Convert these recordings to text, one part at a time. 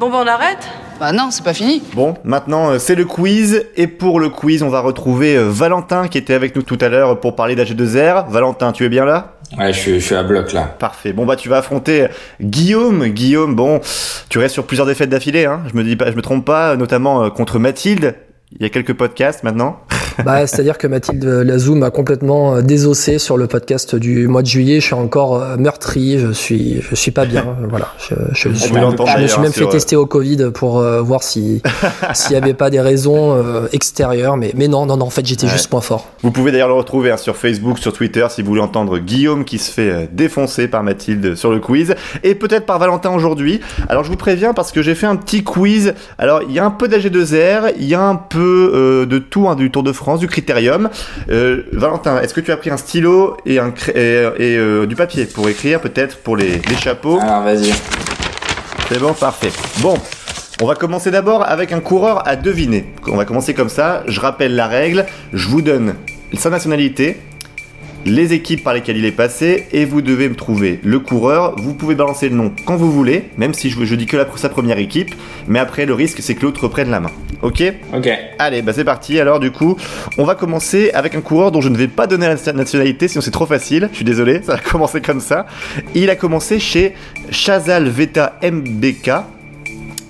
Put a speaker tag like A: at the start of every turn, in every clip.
A: Bon, ben on arrête
B: Bah non, c'est pas fini.
C: Bon, maintenant euh, c'est le quiz et pour le quiz on va retrouver euh, Valentin qui était avec nous tout à l'heure pour parler d'AG2R. Valentin, tu es bien là
D: Ouais, je, suis- je suis à bloc là.
C: Parfait. Bon bah tu vas affronter Guillaume. Guillaume, bon, tu restes sur plusieurs défaites d'affilée. Hein. Je me dis pas, je me trompe pas, notamment euh, contre Mathilde. Il y a quelques podcasts maintenant.
E: Bah, c'est-à-dire que Mathilde Lazou m'a complètement euh, désossé sur le podcast du mois de juillet. Je suis encore euh, meurtri, je suis, je suis pas bien. Voilà, je, je, je-
C: On
D: peut
E: je
C: l'entendre
E: me
C: d'ailleurs
E: suis même fait
C: sur, euh,
E: tester au Covid pour euh, voir si s'il y avait pas des raisons euh, extérieures. Mais mais non, non, non. En fait, j'étais
C: Ouais.
E: juste moins fort.
C: Vous pouvez d'ailleurs le retrouver hein, sur Facebook, sur Twitter, si vous voulez entendre Guillaume qui se fait euh, défoncer par Mathilde euh, sur le quiz, et peut-être par Valentin aujourd'hui. Alors je vous préviens parce que j'ai fait un petit quiz. Alors il y a un peu d'AG2R, il y a un peu euh, de tout, hein, du Tour de France, du Critérium. Euh, Valentin, est-ce que tu as pris un stylo et, un cra- et, et, euh, du papier pour écrire peut-être pour les, les chapeaux
D: Alors vas-y.
C: C'est bon, parfait. Bon, on va commencer d'abord avec un coureur à deviner. On va commencer comme ça. Je rappelle la règle. Je vous donne sa nationalité, les équipes par lesquelles il est passé, et vous devez me trouver le coureur. Vous pouvez balancer le nom quand vous voulez, même si je, je dis que la, sa première équipe. Mais après, le risque, c'est que l'autre reprenne la main. Ok
D: Ok.
C: Allez, bah c'est parti. Alors du coup, on va commencer avec un coureur dont je ne vais pas donner la nation- nationalité, sinon c'est trop facile. Je suis désolé, ça a commencé comme ça. Il a commencé chez Chazal Veta MBK.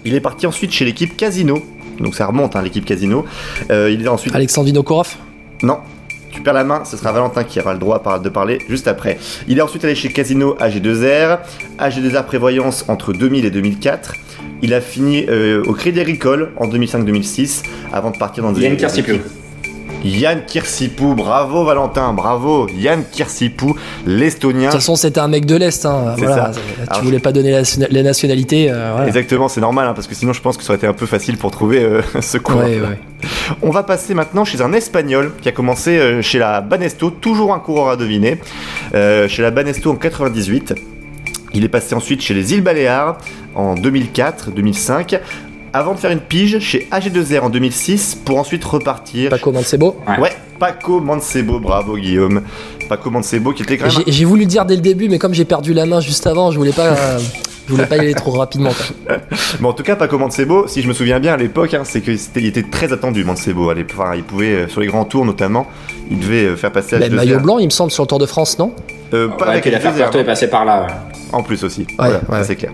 C: Il est parti ensuite chez l'équipe Casino. Donc ça remonte, hein, l'équipe Casino. Euh, il est ensuite...
E: Alexandre Vinokourov.
C: Non, tu perds la main, ce sera Valentin qui aura le droit par- de parler juste après. Il est ensuite allé chez Casino AG2R, AG2R Prévoyance entre 2000 et 2004. Il a fini euh, au Crédit Agricole en 2005-2006 avant de partir dans des... euh,
D: Yann Kersipou.
C: Yann Kirsipou, bravo Valentin, bravo Yann Kirsipou, l'Estonien.
E: De toute façon, c'était un mec de l'est. Hein.
C: C'est
E: Voilà,
C: ça.
E: tu
C: Alors,
E: voulais pas donner la, la nationalité. euh, voilà.
C: Exactement, c'est normal, hein, parce que sinon je pense que ça aurait été un peu facile pour trouver euh, ce cours.
E: Ouais, ouais.
C: On va passer maintenant chez un Espagnol qui a commencé euh, chez la Banesto, toujours un coureur à deviner, euh, chez la Banesto en 98. Il est passé ensuite chez les îles Baléares en 2004-2005, avant de faire une pige chez AG2R en 2006 pour ensuite repartir.
E: Paco Mancebo.
D: Ouais.
C: Ouais, Paco Mancebo, bravo Guillaume. Paco Mancebo qui était quand même
E: J'ai- J'ai voulu dire dès le début, mais comme j'ai perdu la main juste avant, je voulais pas, euh, je voulais pas y aller trop rapidement. quoi.
C: Mais en tout cas, Paco Mancebo, si je me souviens bien à l'époque, hein, c'est qu'il était, il était très attendu, Mancebo. à l'époque. Enfin, il pouvait, euh, sur les grands tours notamment, il devait euh, faire passer à
E: Mais le Ben, maillot blanc, il me semble, sur le Tour de France, non
C: Euh, pas
D: ouais,
C: avec
D: puis
C: la
D: l'affaire
C: deuxième,
D: Porto est passée par là. ouais.
C: En plus aussi. voilà, ça,
E: ouais.
C: c'est clair.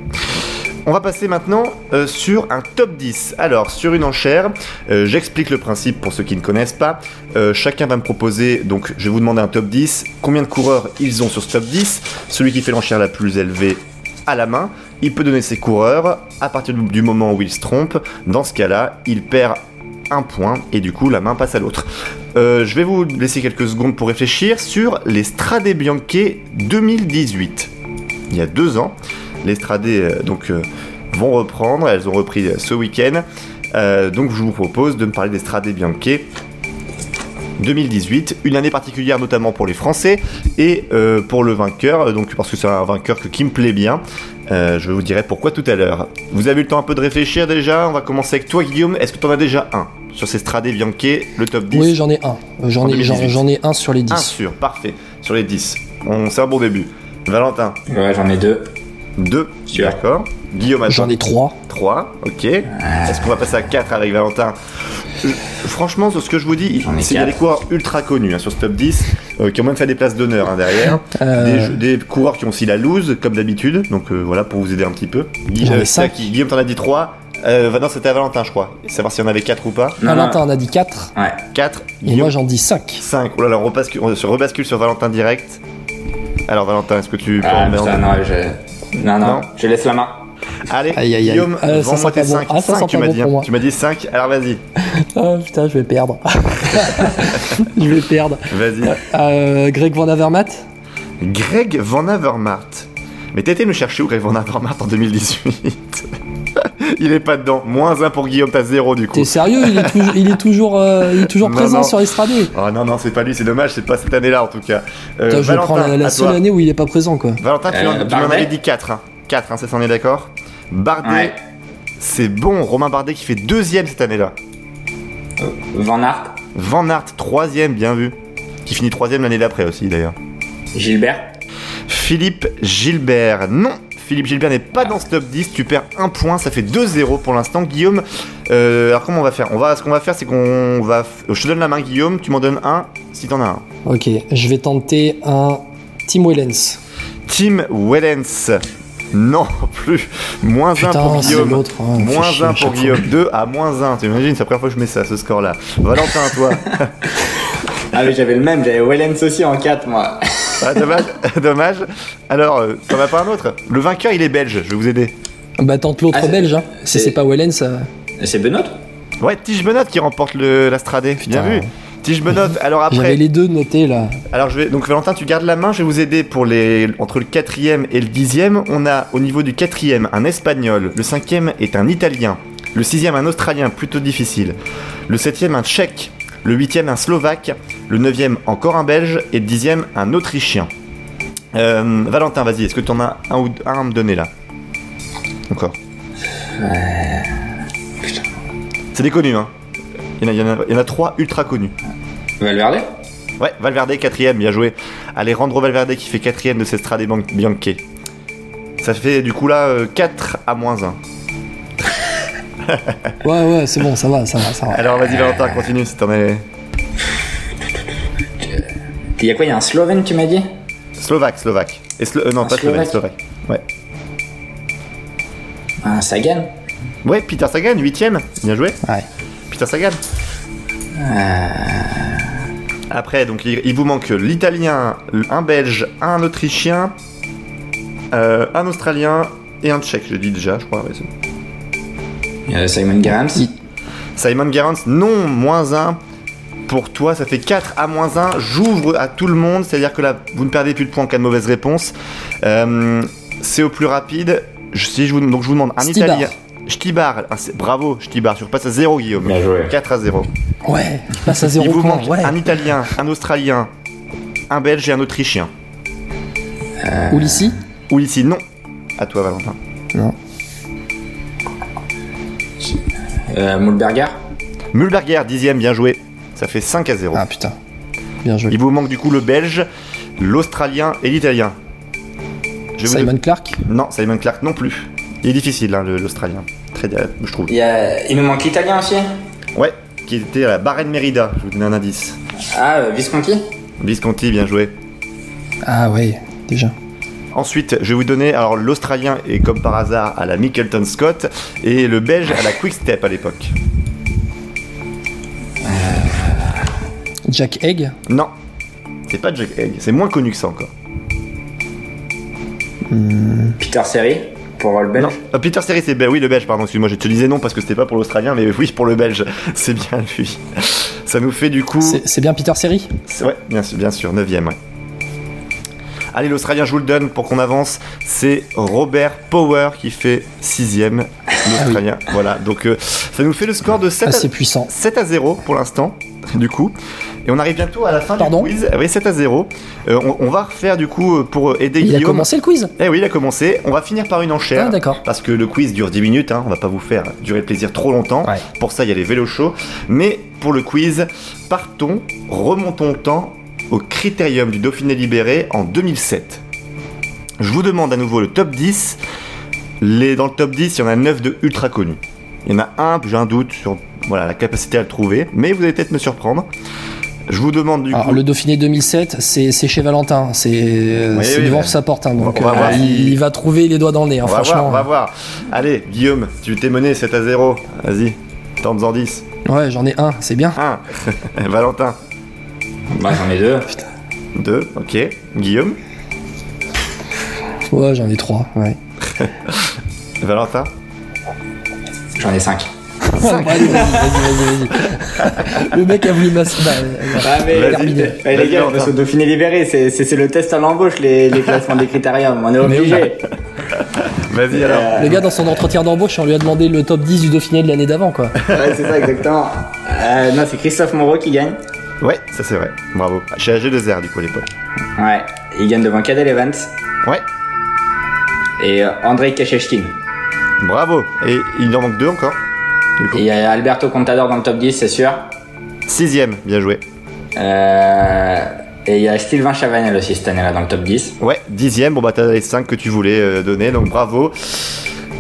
C: On va passer maintenant euh, sur un top 10. Alors, sur une enchère, euh, j'explique le principe pour ceux qui ne connaissent pas. Euh, chacun va me proposer, donc je vais vous demander un top 10, combien de coureurs ils ont sur ce top 10. Celui qui fait l'enchère la plus élevée à la main, il peut donner ses coureurs. À partir du- du moment où il se trompe, dans ce cas-là, il perd un point et du coup la main passe à l'autre. Euh, je vais vous laisser quelques secondes pour réfléchir sur les Strade Bianche 2018 il y a deux ans. Les Stradés euh, donc, euh, vont reprendre, elles ont repris euh, ce week-end. Euh, donc je vous propose de me parler des Stradés Bianche 2018, une année particulière notamment pour les Français et euh, pour le vainqueur, euh, donc parce que c'est un vainqueur que, qui me plaît bien. Euh, je vous dirai pourquoi tout à l'heure. Vous avez eu le temps un peu de réfléchir déjà, on va commencer avec toi Guillaume, est-ce que tu en as déjà un sur ces Stradés Bianche, le top 10
E: Oui, j'en ai un. Euh, J'en ai, j'en-
C: 2018.
E: j'en ai un sur les
C: Un
E: 10.
C: sur, parfait, sur les 10. On, c'est un bon début. Valentin,
D: Ouais, j'en ai deux.
C: 2,
D: Sûr.
C: d'accord. Guillaume, à toi.
E: J'en ai trois. Euh.
C: 3, ok. Est-ce qu'on va passer à 4 avec Valentin Je- Franchement, sur ce que je vous dis,
D: J'en ai
C: c'est- il y a des
D: quatre.
C: coureurs ultra connus hein, sur ce top 10 euh, qui ont même fait des places d'honneur hein, derrière.
E: Euh,
C: Des, jeux- des coureurs qui ont aussi la loose, comme d'habitude. Donc euh, voilà, pour vous aider un petit peu. Guy-
E: J'en ai
C: euh, c'est à
E: cinq.
C: qui- Guillaume, t'en as dit 3. non, c'était à Valentin, je crois. Savoir si on avait 4 ou pas.
D: Non, non.
E: Valentin en a dit 4
D: Ouais.
C: 4,
E: et moi
C: Guillaume,
E: j'en dis 5.
C: 5. Oh là là, on, rebascule, on se rebascule sur Valentin direct. Alors, Valentin, est-ce que tu peux
D: Ah,
C: en-
D: putain, non, je... non, non,
C: Non.
D: je laisse la main.
C: Allez,
E: Aïe, aïe, aïe.
C: Guillaume,
E: Ah, ça
C: vends-moi
E: sent pas
C: tes
E: bon.
C: 5.
E: Ah, ça sent
C: tu
E: pas
C: m'as
E: bon
C: dit.
E: pour
C: hein.
E: moi.
C: Tu m'as dit 5. Alors vas-y,
E: Ah putain, je vais perdre. je vais perdre.
C: vas-y.
E: Euh, Greg Van Avermaet
C: Greg Van Avermaet. Mais t'étais nous chercher où Greg Van Avermaet en 2018 Il est pas dedans. Moins 1 pour Guillaume, t'as 0 du coup.
E: T'es sérieux il est, tou- il est toujours, euh, il est toujours
C: Non,
E: présent
C: non.
E: sur Estrade.
C: Oh non, non, c'est pas lui, c'est dommage, c'est pas cette année-là en tout cas. Euh,
E: Putain, je prends la, la
C: à
E: seule
C: toi.
E: année où il est pas présent quoi.
C: Valentin, tu
D: Euh,
C: m'en- tu m'en
D: Bardet
C: avais dit 4. 4, hein, ça s'en est d'accord Bardet,
D: Ouais.
C: c'est bon. Romain Bardet qui fait deuxième cette année-là.
D: Van Hart,
C: Van Aert, troisième, bien vu. Qui finit troisième l'année d'après aussi d'ailleurs.
D: Gilbert.
C: Philippe Gilbert, non. Philippe Gilbert n'est pas dans ce top 10. Tu perds un point, ça fait 2-0 pour l'instant. Guillaume, euh, alors comment on va faire on va, Ce qu'on va faire, c'est qu'on va. f- euh, Je te donne la main, Guillaume, tu m'en donnes un si t'en as un.
E: Ok, je vais tenter un Tim Wellens.
C: Tim Wellens. Non plus. Moins 1 pour
E: Putain, c'est
C: Guillaume.
E: l'autre. hein, on me fait
C: Moins
E: chier à
C: 1
E: chaque
C: pour
E: fois.
C: Guillaume, 2 à moins 1. T'imagines, c'est la première fois que je mets ça, ce score-là. Valentin, toi.
D: Ah mais j'avais le même, j'avais Wellens aussi en 4 moi.
C: Ah, dommage, dommage. Alors, euh, t'en as pas un autre Le vainqueur, il est belge, je vais vous aider.
E: Bah tente l'autre
D: Ah, c'est-
E: belge, hein. si
D: c'est-
E: c'est pas Wellens. euh, ça-
D: C'est Benoît
C: Ouais, Tige Benoît qui remporte le, la Stradé. Bien
E: Putain.
C: vu. Tige Benoît, alors
E: J'avais
C: après.
E: les deux notés là.
C: Alors, je vais, donc Valentin, tu gardes la main, je vais vous aider pour les. Entre le quatrième et le dixième, on a au niveau du quatrième un espagnol, le cinquième est un italien, le sixième un australien, plutôt difficile, le septième un tchèque, le huitième un slovaque, le neuvième encore un belge et le dixième un autrichien. Euh, Valentin, vas-y, est-ce que t'en as un ou d- un à me donner là Encore.
D: putain.
C: C'est des connus, hein. Il y, en a- il y en a- il y en a trois ultra connus.
D: Valverde
C: Ouais, Valverde quatrième, bien joué. Alejandro Valverde qui fait quatrième de cette Strade Ban- Bianche. Ça fait du coup là euh, 4 à moins 1.
E: Ouais, ouais, c'est bon, ça va, ça va, ça va.
C: Alors vas-y Valentin, continue si t'en es...
D: Il y a quoi Il y a un Slovène tu m'as dit
C: Slovaque, Slovaque. Et Slo- euh, non,
D: Ah,
C: pas Slovène,
D: Slovaque.
C: Slovaque. Ouais.
D: Un Sagan
C: Ouais, Peter Sagan, huitième. Bien joué.
E: Ouais.
C: Peter Sagan.
D: Euh.
C: Après, donc il, il vous manque l'italien, un belge, un autrichien, euh, un australien et un tchèque. J'ai dit déjà, je crois. ouais, c'est-
D: Euh, Simon Grahams
C: Simon Garant, non, moins 1. Pour toi, ça fait 4 à moins 1. J'ouvre à tout le monde, c'est-à-dire que là, vous ne perdez plus de points en cas de mauvaise réponse. Euh, c'est au plus rapide. Je, si je vous, donc je vous demande un
E: Stibar.
C: italien. Stibar, ah, c'est- bravo Stibar, tu repasses à 0 Guillaume.
D: Bien joué.
C: 4 à 0.
E: Ouais, je passe à
C: Il
E: zéro
C: vous
E: point.
C: manque
E: Ouais.
C: un italien, un australien, un belge et un autrichien. Ah.
E: Ulissi
C: Ou ici, non. À toi Valentin.
E: Non.
D: Euh, Mulberger
C: Mulberger, 10ème, bien joué. Ça fait 5 à 0.
E: Ah putain. Bien joué.
C: Oh. Il vous manque du coup le belge, l'australien et l'italien. Je vous-
E: Simon Clark
C: Non, Simon Clark non plus. Il est difficile, hein, le- l'Australien. Très, euh, je trouve.
D: Il, y a... Il nous manque l'Italien aussi
C: Ouais, qui était à la Barren Merida, je vous donne un indice.
D: Ah euh, Visconti
C: Visconti, bien joué.
E: Ah ouais, déjà.
C: Ensuite, je vais vous donner, alors l'Australien est comme par hasard à la Mickelton Scott et le Belge à la Quick Step à l'époque.
E: Jack Egg
C: Non, c'est pas Jack Egg, c'est moins connu que ça encore.
D: Peter Seri pour le
C: Non,
D: Belge
C: euh, Peter Seri, c'est Bel- oui le Belge, pardon, excuse-moi, je te disais non parce que c'était pas pour l'Australien, mais oui pour le Belge, c'est bien lui. Ça nous fait du coup.
E: C'est c'est bien Peter Seri
C: C'est- Ouais, bien sûr, bien sûr, 9ème, ouais. Allez, l'Australien, je vous le donne pour qu'on avance. C'est Robert Power qui fait 6ème.
E: Ah
C: L'Australien, voilà. Donc, euh, ça nous fait le score de 7
E: Assez
C: à,
E: Ah, puissant.
C: 7 à 0 pour l'instant, du coup. Et on arrive bientôt à la fin
E: Pardon
C: du quiz. Ah Oui, 7 à 0. Euh, on, on va refaire, du coup, euh, pour aider
E: Il a
C: Guillaume.
E: commencé le quiz
C: Eh oui, il a commencé. On va finir par une enchère.
E: Ah d'accord.
C: Parce que le quiz dure 10 minutes, hein, on va pas vous faire durer le plaisir trop longtemps.
E: Ouais.
C: Pour ça, il y a les vélos chauds. Mais pour le quiz, partons, remontons le temps au critérium du Dauphiné libéré en 2007. Je vous demande à nouveau le top 10. Les, dans le top 10, il y en a 9 de ultra connus. Il y en a un, j'ai un doute sur voilà, la capacité à le trouver, mais vous allez peut-être me surprendre. Je vous demande du
E: Alors
C: coup.
E: Ah, le Dauphiné 2007, c'est c'est chez Valentin, c'est
C: Oui,
E: c'est
C: oui,
E: devant
C: mais-
E: sa porte, hein, donc
C: On va
E: euh,
C: voir
E: il,
C: si-
E: il va trouver les doigts dans le nez, hein,
C: on va voir,
E: franchement.
C: on va voir. Allez, Guillaume, tu t'es mené 7 à 0. Vas-y, tente-en 10.
E: Ouais, j'en ai un, c'est bien.
C: 1. Ah, Valentin.
D: Bah j'en ai deux.
C: 2, ok. Guillaume,
E: Ouais, j'en ai trois. Ouais.
C: Valentin.
D: J'en ai 5.
E: Vas-y, vas-y, vas-y, vas-y. Le mec a voulu masser. bah, euh,
D: Ah mais
C: Vas-y,
D: terminé.
C: vas-y,
D: Eh, les gars,
C: Valentin.
D: parce que Dauphiné libéré, c'est c'est- c'est le test à l'embauche, les, les classements des critériums, on est
E: Mais oui.
D: obligé.
C: Vas-y alors.
E: Le gars, dans son entretien d'embauche, on lui a demandé le top 10 du Dauphiné de l'année d'avant, quoi.
D: Ouais, c'est ça, exactement. Euh, non, c'est Christophe Moreau qui gagne.
C: Ouais, ça c'est vrai. Bravo. Chez AG2R du coup à l'époque.
D: Ouais, il gagne devant Cadel Evans
C: Ouais,
D: et euh, Andrei Kachechkin.
C: bravo. Et il en manque deux encore. Du
D: Et
C: coup.
D: il y a Alberto Contador dans le top 10, c'est sûr.
C: Sixième, bien joué.
D: Euh, Et il y a Sylvain Chavanel aussi cette année-là dans le top 10.
C: Ouais, dixième. Bon, bah, t'as les 5 que tu voulais euh, donner, donc bravo.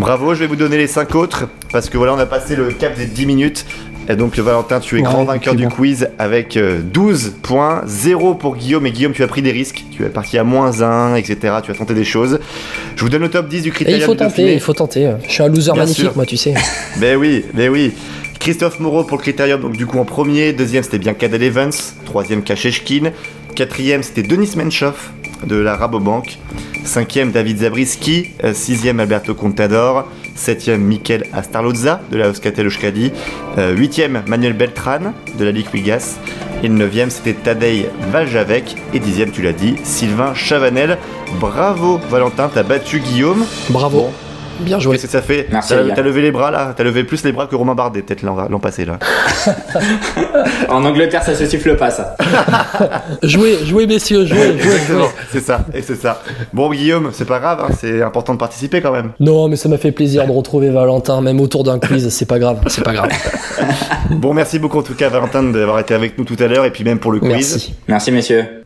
C: Bravo, je vais vous donner les 5 autres, parce que voilà, on a passé le cap des 10 minutes. Et donc, Valentin, tu es
A: Ouais,
C: grand vainqueur du
A: effectivement.
C: quiz avec euh, 12 points, 0 pour Guillaume. Et Guillaume, tu as pris des risques, tu es parti à moins 1, etc. Tu as tenté des choses. Je vous donne le top 10 du
E: Et
C: critérium.
E: il faut
C: du Dauphiné.
E: tenter, il faut tenter. Je suis un loser
C: Bien
E: magnifique,
C: sûr.
E: moi, tu sais.
C: Mais oui, mais oui. Christophe Moreau pour le critérium, donc du coup en premier. Deuxième, c'était bien Cadel Evans. Troisième, Kachechkin. Quatrième, c'était Denis Menchoff de la Rabobank. Cinquième, David Zabriski. Euh, Sixième, Alberto Contador. Septième, Mikel Astarlozza de la Euskatel Euskadi. Euh, huitième, Manuel Beltran de la Ligue Wigas. Et le neuvième, c'était Tadej Valjavec. Et dixième, tu l'as dit, Sylvain Chavanel. Bravo Valentin, t'as battu Guillaume.
E: Bravo. Bien joué.
C: Qu'est-ce que ça fait
D: Merci, les
C: T'as
D: gars.
C: t'as levé les bras là T'as levé plus les bras que Romain Bardet peut-être l'an l'an passé là.
D: En Angleterre, ça se siffle pas, ça.
E: Jouez, jouez, messieurs, jouez, jouez, jouez.
C: Exactement, c'est ça, et c'est ça. Bon Guillaume, c'est pas grave, hein, c'est important de participer quand même.
E: Non, mais ça m'a fait plaisir de retrouver Valentin, même autour d'un quiz, c'est pas grave, c'est pas grave.
C: Bon merci beaucoup en tout cas Valentin d'avoir été avec nous tout à l'heure et puis même pour le quiz.
E: Merci.
D: Merci, messieurs.